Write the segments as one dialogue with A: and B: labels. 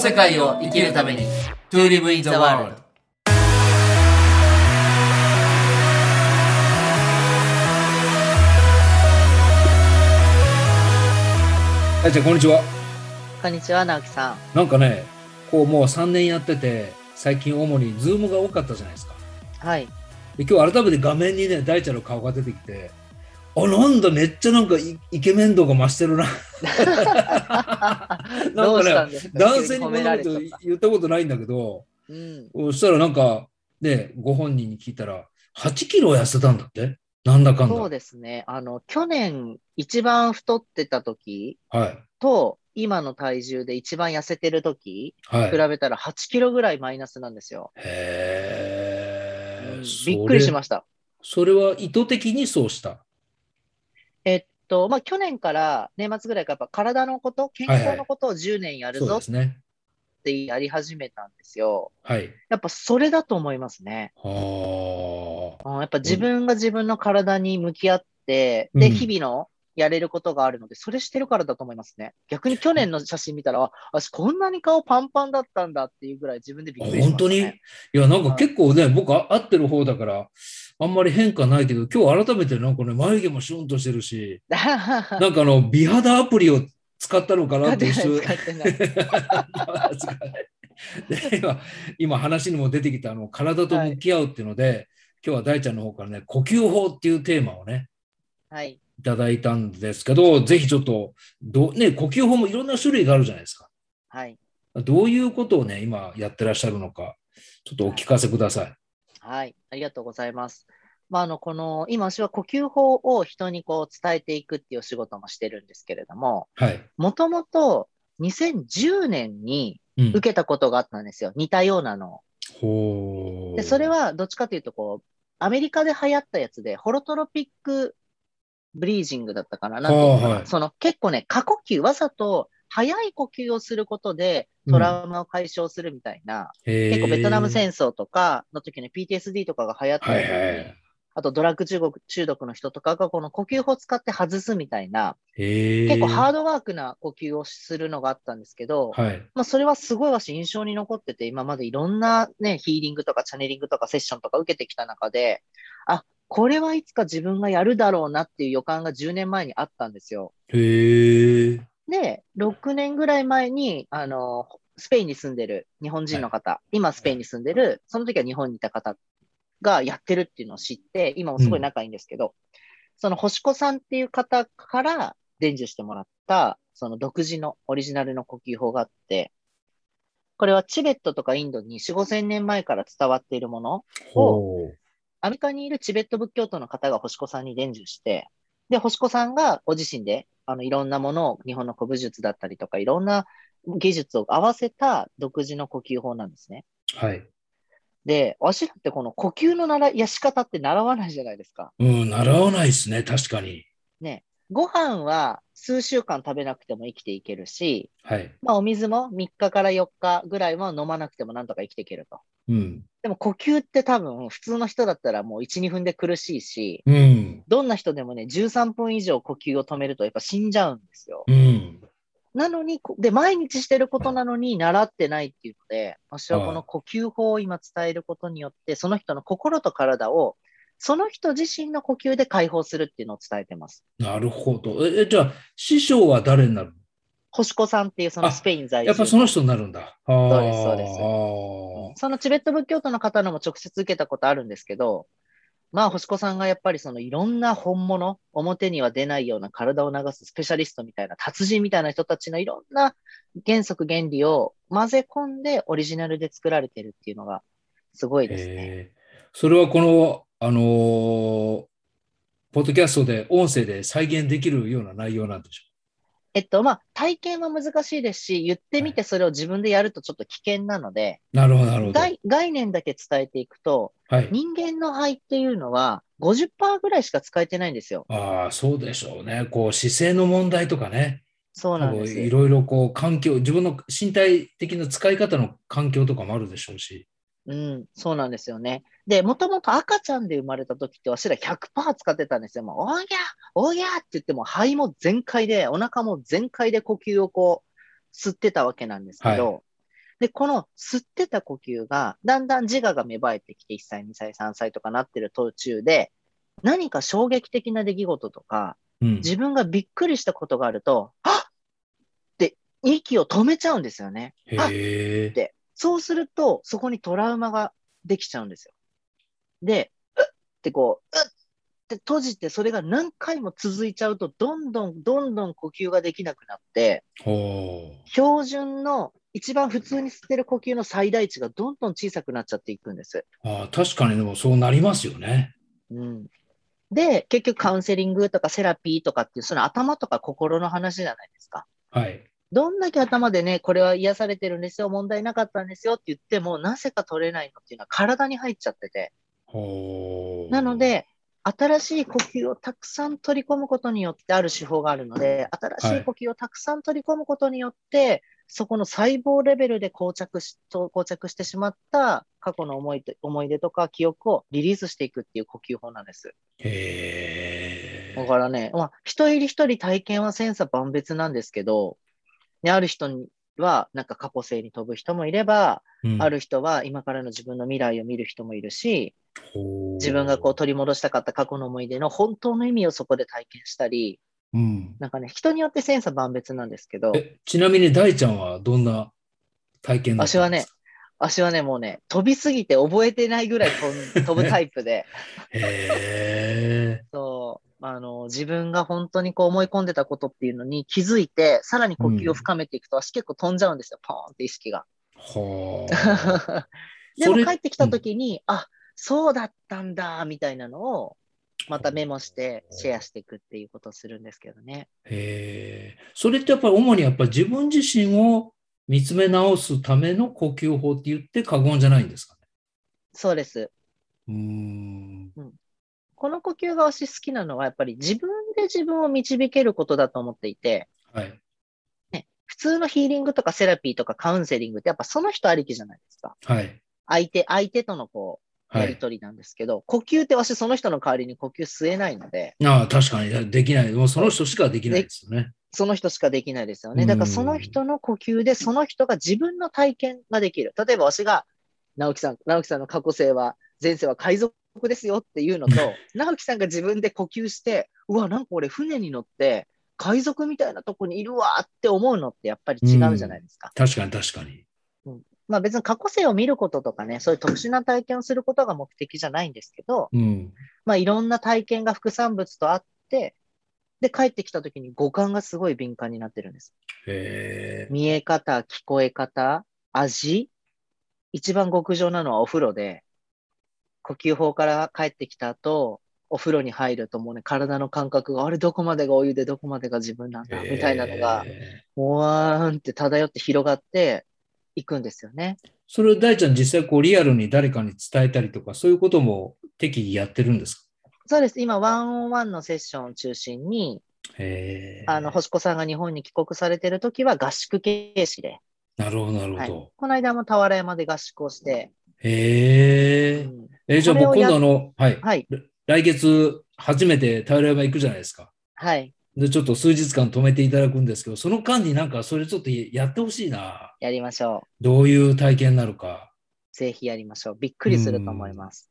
A: 世界を生きるために To live in the world
B: あいちゃん、こんにちは。
C: こんにちは、直樹さん。
B: なんかね、こうもう3年やってて、最近主にズームが多かったじゃないですか。
C: はい。
B: で今日改めて画面にね、大ちゃんの顔が出てきて、あ、なんだ、めっちゃなんかイイケメン度が増してるな。
C: どう
B: な
C: した
B: んか
C: ん
B: ね、
C: ですか
B: 男性
C: 急
B: にこ
C: 褒
B: ん
C: め
B: な
C: られ
B: こと
C: ちゃっ
B: 言ったことないんだけど、
C: たうん。
B: そしたらなんか、ね、ご本人に聞いたら、8キロ痩せたんだってなんだかんだ。
C: そうですね。あの、去年一番太ってた時
B: はい。
C: と、今の体重で一番痩せてる時
B: はい。
C: 比べたら8キロぐらいマイナスなんですよ。
B: へ
C: うん
B: ー
C: びっくりしま
B: し
C: した。
B: それは意図的にそうした。
C: えっと、まあ、去年から年末ぐらいからやっぱ体のこと、健康のことを10年やる
B: そう
C: ぞ
B: ですね。
C: ってやり始めたんですよ。
B: はい。
C: やっぱそれだと思いますね。
B: は
C: う
B: あ。
C: んやっぱ自分が自分の体に向き合って、
B: う
C: で、
B: ん
C: 日々のやれることがあるので、それしてるからだと思いますね。逆に去年の写真見たら、あ、私こんなに顔パンパンだったんだっていうぐらい自分でびっくりしま
B: 本
C: した
B: 当にい
C: ね。
B: や、なんか結構ね、僕あ合ってる方だから、あんまり変化ないけど、今日改めてなんかね、眉毛もシュンとしてるし、
C: 本
B: なんかあの、美肌アプリを使ったのかなって一瞬。
C: 使ってない。
B: で今今話にも出てきたあの体と向き合うっていうので、今日は大ちゃんの方からね呼吸法っていうテーマをね
C: はい。
B: いただいたんですけどぜひちょっとどう、ね、呼吸法もいろんな種類があるじゃないですか
C: はい。
B: どういうことをね今やってらっしゃるのかちょっとお聞かせください。
C: はい。ありがとうございます。まあ、あの、この、今私は呼吸法を人にこう伝えていくっていうお仕事もしてるんですけれども、
B: はい、
C: もともと2010年に
B: うん
C: 受けたことがあったんですよ。似たようなのを。
B: ほう
C: で、それはどっちかというと、こう、アメリカで流行ったやつで、ホロトロピックブリージングだったかな、なんていうのかな
B: はい
C: その結構ね、過呼吸、わざと早い呼吸をすることで、
B: うん
C: トラウマを解消するみたいな、
B: 結
C: 結構ベトナム
B: 生
C: 戦争とかの時に PTSD とかが流行った
B: は
C: 時
B: い
C: に、
B: はいはい
C: あとドラッグ中毒中毒の人とかがこの呼吸法を使って外すみたいな、
B: へー
C: 結構ハードワークな呼吸をするのがあったんですけど、
B: はい
C: まあ、それはすごい私印象に残ってて、今までいろんなね、ヒーリングとかチャネリングとかセッションとか受けてきた中で、あ、これはいつか自分がやるだろうなっていう予感が10年前にあったんですよ。
B: へえ
C: で、6年ぐらい前に、あの、スペインに住んでる日本人の方、今スペインに住んでる、その時は日本にいた方がやってるっていうのを知って、今もすごい仲いいんですけど、その星子さんっていう方から伝授してもらった、その独自のオリジナルの呼吸法があって、これはチベットとかインドに4、5000年前から伝わっているもの
B: ほう
C: アメリカにいるチベット仏教徒の方が星子さんに伝授して、で、星子さんがご自身で、あの、いろんなものを、日本の古武術だったりとか、いろんな技術を合わせた独自の呼吸法なんですね。
B: はい
C: で、わしらってこの呼吸の習い、やし方って習わないじゃないですか。
B: うん習わないですね確かに
C: ご飯は数週間食べなくても生きていけるし、
B: はい
C: まあ、お水も3日から4日ぐらいは飲まなくてもなんとか生きていけると。
B: うん
C: でも呼吸って多分、普通の人だったらもう1、2分で苦しいし、
B: うん
C: どんな人でもね、13分以上呼吸を止めるとやっぱ死んじゃうんですよ。
B: うん
C: なのに、こで、毎日してることなのに習ってないっていうので、私はこの呼吸法を今伝えることによって、その人の心と体を、その人自身の呼吸で解放するっていうのを伝えてます。
B: なるほど。え、えじゃあ、師匠は誰になる
C: 星子さんっていうそのスペイン在
B: の
C: 住。
B: やっぱその人になるんだ。そう
C: ですそうですそのチベット仏教徒の方のも直接受けたことあるんですけど、まあ、星子さんがやっぱりそのいろんな本物、表には出ないような体を流すスペシャリストみたいな、達人みたいな人たちのいろんな原則原理を混ぜ込んでオリジナルで作られてるっていうのがすごいですね。
B: えーそれはこの、あのーポッドキャストで音声で再現できるような内容なんでしょ
C: えっと、まあ、体験は難しいですし、言ってみてそれを自分でやるとちょっと危険なので、
B: う。なるほど、なるほど。
C: 概概念だけ伝えていくと、
B: はい。
C: 人間の肺っていうのは50%ぐらいしか使えてないんですよ。
B: ああ、そうでしょうね。こう、姿勢の問題とかね。
C: そうなんです。
B: いろいろこう、環境、自分の身体的な使い方の環境とかもあるでしょうし。
C: うん、そうなんですよね。で、もともと赤ちゃんで生まれた時って、わしら100%使ってたんですよ。もう、おーやおーやって言っても、肺も全開で、お腹も全開で呼吸をこう、吸ってたわけなんですけど、で、この吸ってた呼吸が、だんだん自我が芽生えてきて、1歳、2歳、3歳とかなってる途中で、何か衝撃的な出来事とか、
B: うん
C: 自分がびっくりしたことがあると、はっって息を止めちゃうんですよね。あ
B: へえ
C: で。そうすると、そこにトラウマができちゃうんですよ。で、うっってこう、うっって閉じて、それが何回も続いちゃうと、どんどんどんどん呼吸ができなくなって、
B: ほ
C: 標準の一番普通に吸ってる呼吸の最大値がどんどん小さくなっちゃっていくんです。
B: うあー確かにでもそうなりますよね。
C: うん、で、結局カウンセリングとかセラピーとかっていう、その頭とか心の話じゃないですか。
B: はい。
C: どんだけ頭でね、これは癒されてるんですよ、問題なかったんですよって言っても、なぜか取れないのっていうのは体に入っちゃってて。
B: ほう
C: なの、で、新しい呼吸をたくさん取り込むことによってある手法があるので、新しい呼吸をたくさん取り込むことによって、そこの細胞レベルで膠着しと膠着してしまった過去の思いと思い出とか記憶をリリースしていくっていう呼吸法なんです。
B: へ
C: だ
B: え。
C: からね、まあ、一人一人体験は千差万別なんですけど、ね、ある人にはなんか過去性に飛ぶ人もいれば、ある人は今からの自分の未来を見る人もいるし、自分がこう取り戻したかった過去の思い出の本当の意味をそこで体験したり、
B: うん、うん。
C: なんかね、人によって千差万別なんですけど、
B: え、ちなみに大ちゃんはどんな体験だったんですか
C: 私はね、もうね、飛びすぎて覚えてないぐらい飛ん 飛ぶタイプで、
B: へえ。
C: そうあの自分が本当にこう思い込んでたことっていうのに気づいて、さらに呼吸を深めていくと、足結構飛んじゃうんですよ、ポーンって意識が。
B: ほう。
C: でも
B: それ
C: 帰ってきた時に、あそうだったんだ、みたいなのを、またメモしてシェアしていくっていうことをするんですけどね。
B: へえ。それってやっぱり主にやっぱり自分自身を見つめ直すための呼吸法って言って過言じゃないんですかね。
C: そうです。
B: うーん。
C: この呼吸が私好きなのは、やっぱり自分で自分を導けることだと思っていて、
B: はい。
C: 普通のヒーリングとかセラピーとかカウンセリングってやっぱその人ありきじゃないですか。
B: はい。
C: 相手、相手とのこう、
B: は
C: やり
B: い。
C: とりなんですけど、呼吸って私その人の代わりに呼吸吸えないので、
B: ああ、確かにできない。もうその人しかできないですよね。
C: その人しかできないですよね。
B: うん
C: だからその人の呼吸で、その人が自分の体験ができる。例えば私が、直樹さん、直樹さんの過去性は、前世は海賊ですよっていうの と、直樹さんが自分で呼吸して、うわ、なんか俺船に乗って、海賊みたいなとこにいるわって思うのってやっぱり違うじゃないですか。
B: 確かに確かに。
C: まあ別に過去性を見ることとかね、そういう特殊な体験をすることが目的じゃないんですけど、
B: うん。
C: まあいろんな体験が副産物とあって、で帰ってきた時に五感がすごい敏感になってるんです。
B: へえ。
C: 見え方、聞こえ方、味。一番極上なのはお風呂で、呼吸法から帰ってきた後、お風呂に入るともうね、体の感覚が、あれどこまでがお湯でどこまでが自分なんだ、みたいなのが、
B: へえ
C: もわーんって漂って広がっていくんですよね。
B: それを大ちゃん実際こうリアルに誰かに伝えたりとか、そういうことも適宜やってるんですか
C: そうです。今、ワンオンワンのセッションを中心に、
B: へえ。
C: あの、星子さんが日本に帰国されてる時は合宿形式で、
B: なるほど、なる
C: は
B: ほ
C: い
B: ど。
C: この間も俵山で合宿をして、う
B: へえ。
C: ん
B: えじゃあもう
C: これを
B: 今
C: や
B: 度あの、はい。
C: はい、
B: 来月初めて平山行くじゃないですか。
C: はい、
B: で、ちょっと数日間止めていただくんですけど、その間になんかそれちょっとやってほしいな。
C: やりましょう。
B: どういう体験になるか。
C: ぜひやりましょう。びっくりすると思います。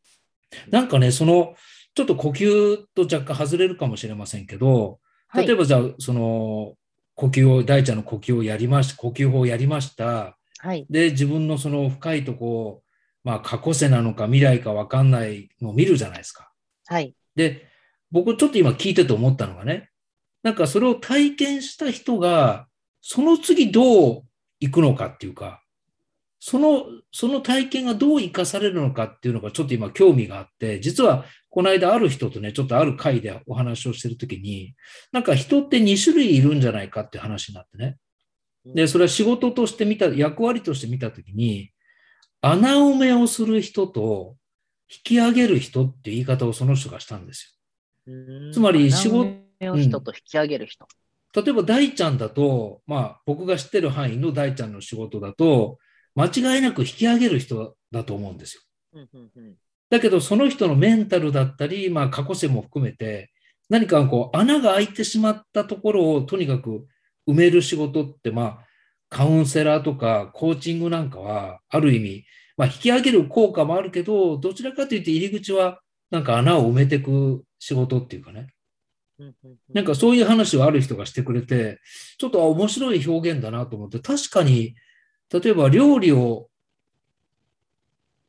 B: なんかね、その、ちょっと呼吸と若干外れるかもしれませんけど、
C: はい
B: 例えばじゃあ、その、呼吸を、大ちゃんの呼吸をやりました、呼吸法をやりました。
C: はい、
B: で、自分のその深いとこ、まあ、過去世なのか未来かわかんないのを見るじゃないですか。
C: はい、
B: で、僕ちょっと今聞いてて思ったのがね、なんかそれを体験した人が、その次どう行くのかっていうか、その、その体験がどう生かされるのかっていうのがちょっと今興味があって、実はこの間ある人とね、ちょっとある回でお話をしてるときに、なんか人って2種類いるんじゃないかって話になってね。で、それは仕事として見た、役割として見たときに、穴埋めをする人と引き上げる人っていう言い方をその人がしたんですよ。つまり仕事
C: を人と引き上げる人。
B: 例えば大ちゃんだと、まあ、僕が知ってる範囲の大ちゃんの仕事だと、間違いなく引き上げる人だと思うんですよ。
C: うんうんうん
B: だけど、その人のメンタルだったり、まあ、過去性も含めて、何かこう、穴が開いてしまったところをとにかく埋める仕事って、まあ、カウンセラーとかコーチングなんかは、ある意味、まあ、引き上げる効果もあるけど、どちらかというと入り口は、なんか穴を埋めていく仕事っていうかね。
C: うんうんうん
B: なんかそういう話をある人がしてくれて、ちょっとあ面白い表現だなと思って、確かに、例えば料理を、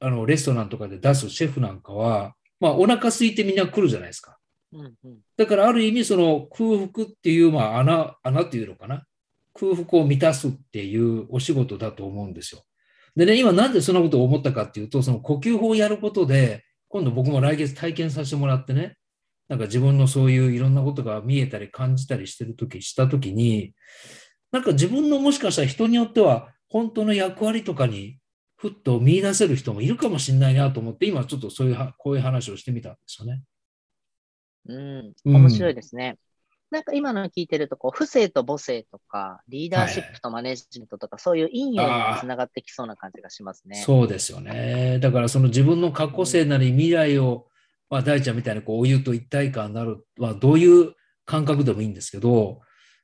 B: あの、レストランとかで出すシェフなんかは、まあお腹空いてみんな来るじゃないですか。
C: うんうん
B: だからある意味その空腹っていう、まあ穴、穴っていうのかな。空腹を満たすっていうお仕事だと思うんですよ。でね、今なんでそんなことを思ったかっていうと、その呼吸法をやることで、今度僕も来月体験させてもらってね、なんか自分のそういういろんなことが見えたり感じたりしてるとき、したときに、なんか自分のもしかしたら人によっては本当の役割とかにふっと見出せる人もいるかもしれないなと思って、今ちょっとそういうは、こういう話をしてみたんですよね。
C: うん、
B: うん
C: 面白いですね。なんか今の聞いてると、こう、不正と母性とか、リーダーシップとマネジメントとか、そういう陰陽につながってきそうな感じがしますね。
B: そうですよね。だからその自分の過去性なり未来を、まあ、大ちゃんみたいにこうお湯と一体感になる、まあ、どういう感覚でもいいんですけど、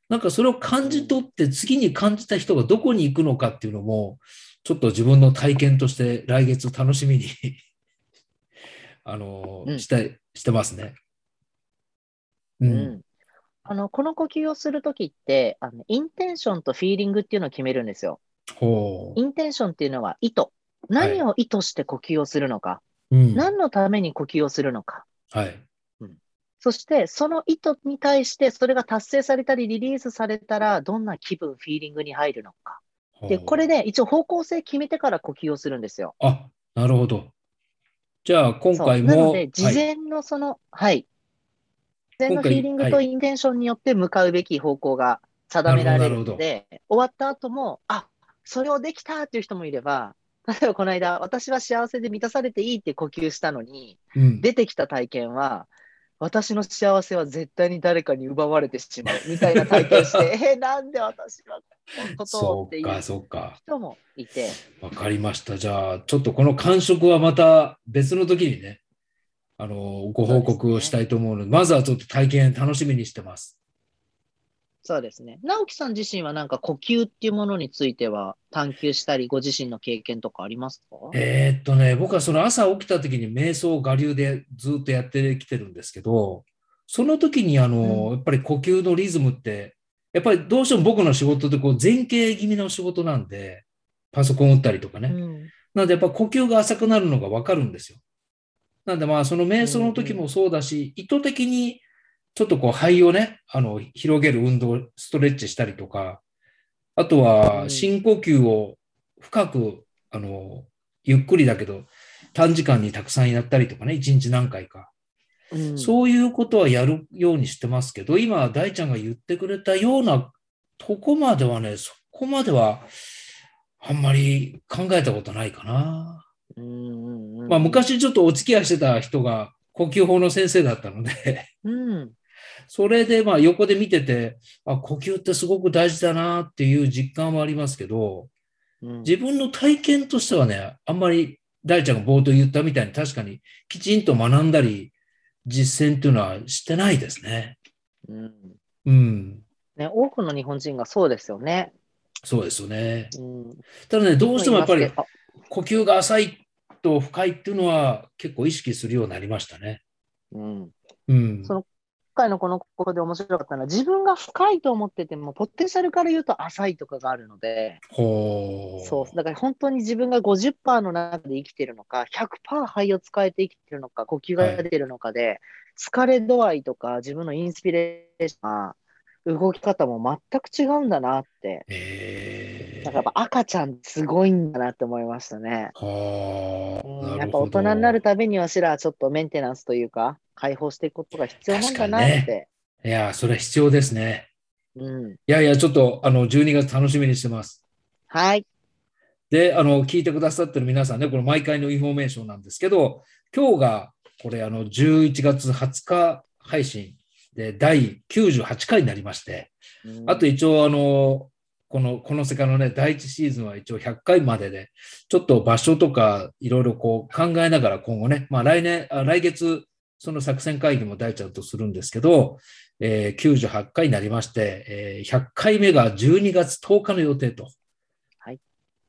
B: なんかそれを感じ取って次に感じた人がどこに行くのかっていうのも、ちょっと自分の体験として来月楽しみにあの、
C: うん
B: したいしてますね。う。
C: うんん。あの、この呼吸をするときって、あの、インテンションとフィーリングっていうのを決めるんですよ。
B: ほ
C: インテンションっていうのは意図。何を意図して呼吸をするのか、
B: う。うん。
C: 何のために呼吸をするのか、
B: はい。
C: そしてその意図に対してそれが達成されたりリリースされたらどんな気分、フィーリングに入るのか。で、
B: ほう
C: これで一応方向性決めてから呼吸をするんですよ。
B: あ、なるほど。じゃあ今
C: そう
B: 回も。
C: なので、事
B: はい
C: 前のその、はい。事前のフ
B: 今回
C: ィーリングと
B: はい
C: インテンションによって向かうべき方向が定められるの
B: な
C: で、終わった後も、あそれをできたっていう人もいれば、例えばこの間、私は幸せで満たされていいって呼吸したのに、
B: うん
C: 出てきた体験は、私の幸せは絶対に誰かに奪われてしまうみたいな体験して、え ーなんで私はこんなことを
B: そ
C: って
B: う
C: い
B: か、
C: う
B: そうか。
C: 人もいて、
B: わかりました。じゃあ、ちょっとこの感触はまた別の時にね、あの、ご報告をしたいと思うので、まずはちょっと体験楽しみにしてます。
C: そうですね。直樹さん自身はなんか呼吸っていうものについては探求したり、ご自身の経験とかありますか
B: えーっとね、僕はその朝起きた時に瞑想、我流でずっとやってきてるんですけど、その時にあの、
C: う
B: やっぱり呼吸のリズムって、やっぱりどうしても僕の仕事ってこう前傾気味の仕事なんで、パソコン打ったりとかね、
C: うん
B: なんでやっぱ呼吸が浅くなるのがわかるんですよ。なんでまあその瞑想の時もそうだし、意図的にちょっとこう肺をね、あの広げる運動、ストレッチしたりとか、あと
C: う
B: は
C: ん
B: 深呼吸を深く、あの、ゆっくりだけど短時間にたくさんやったりとかね、一日何回か。
C: うん
B: そういうことはやるようにしてますけど、今、大ちゃんが言ってくれたようなとこまではね、そこまではあんまり考えたことないかな。
C: うんうんうん
B: まあ、昔ちょっとお付き合いしてた人が呼吸法の先生だったので、
C: うん
B: それでまあ横で見てて、あ、呼吸ってすごく大事だなっていう実感はありますけど、
C: うん
B: 自分の体験としてはね、あんまり大ちゃんが冒頭言ったみたいに確かにきちんと学んだり実践っていうのはしてないですね。
C: うん
B: うん。
C: ね、多くの日本人がそうですよね。
B: そうですよね。
C: うん、
B: ただね、どうしてもやっぱ
C: 言い
B: り
C: ますけ
B: 呼吸が浅いと深いっていうのは結構意識するようになりましたね。
C: どうん、今
B: うん。
C: その回のこのここで面白かったのは、自分が深いと思ってても、ポテンシャルから言うと浅いとかがあるので、
B: ほう。
C: そう、だから本当に自分が50%の中で生きてるのか、100%肺を使えて生きてるのか、呼吸が出てるのかで、疲れ度合いとか、自分のインスピレーションが、動き方も全く違うんだなって、
B: ええ
C: だからやっぱ赤ちゃんすごいんだなって思いましたね。
B: は
C: うん
B: あ、
C: やっぱ大人になる
B: と。
C: ためにはしら、ちょっとメンテナンスというか、解放していくことが必要なんだなって。
B: 確かいや、それは必要ですね。
C: うん。
B: いやいや、ちょっと、あの、12月楽しみにしてます。
C: はい。
B: で、あの、聞いてくださってる皆さんね、この毎回のインフォメーションなんですけど、今日が、これ、あの、11月20日配信で、第98回になりまして、あと一応、あの、この、この世界のね、第1シーズンは一応100回までで、ちょっと場所とかいろいろこう考えながら今後ね、まあ来年、あ来月、その作戦会議も大ちゃんとするんですけど、えー98回になりまして、えー100回目が12月10日の予定と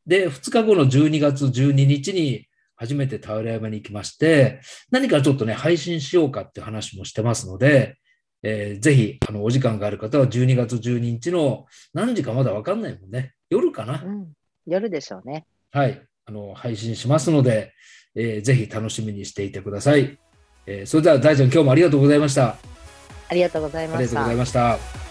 B: で、2日後の12月12日に初めて田浦山に行きまして、何かちょっとね、配信しようかって話もしてますので、えーぜひ、あの、お時間がある方は12月12日の何時かまだわかんないもんね。夜かな
C: う。ん。夜でしょうね。
B: はい。あの、配信しますので、えーぜひ楽しみにしていてください。えーそれでは、大ちゃん、今日もありがとうございました。
C: ありがとうござい
B: あ
C: ま
B: りが
C: し
B: とうご
C: た
B: ざい。ました。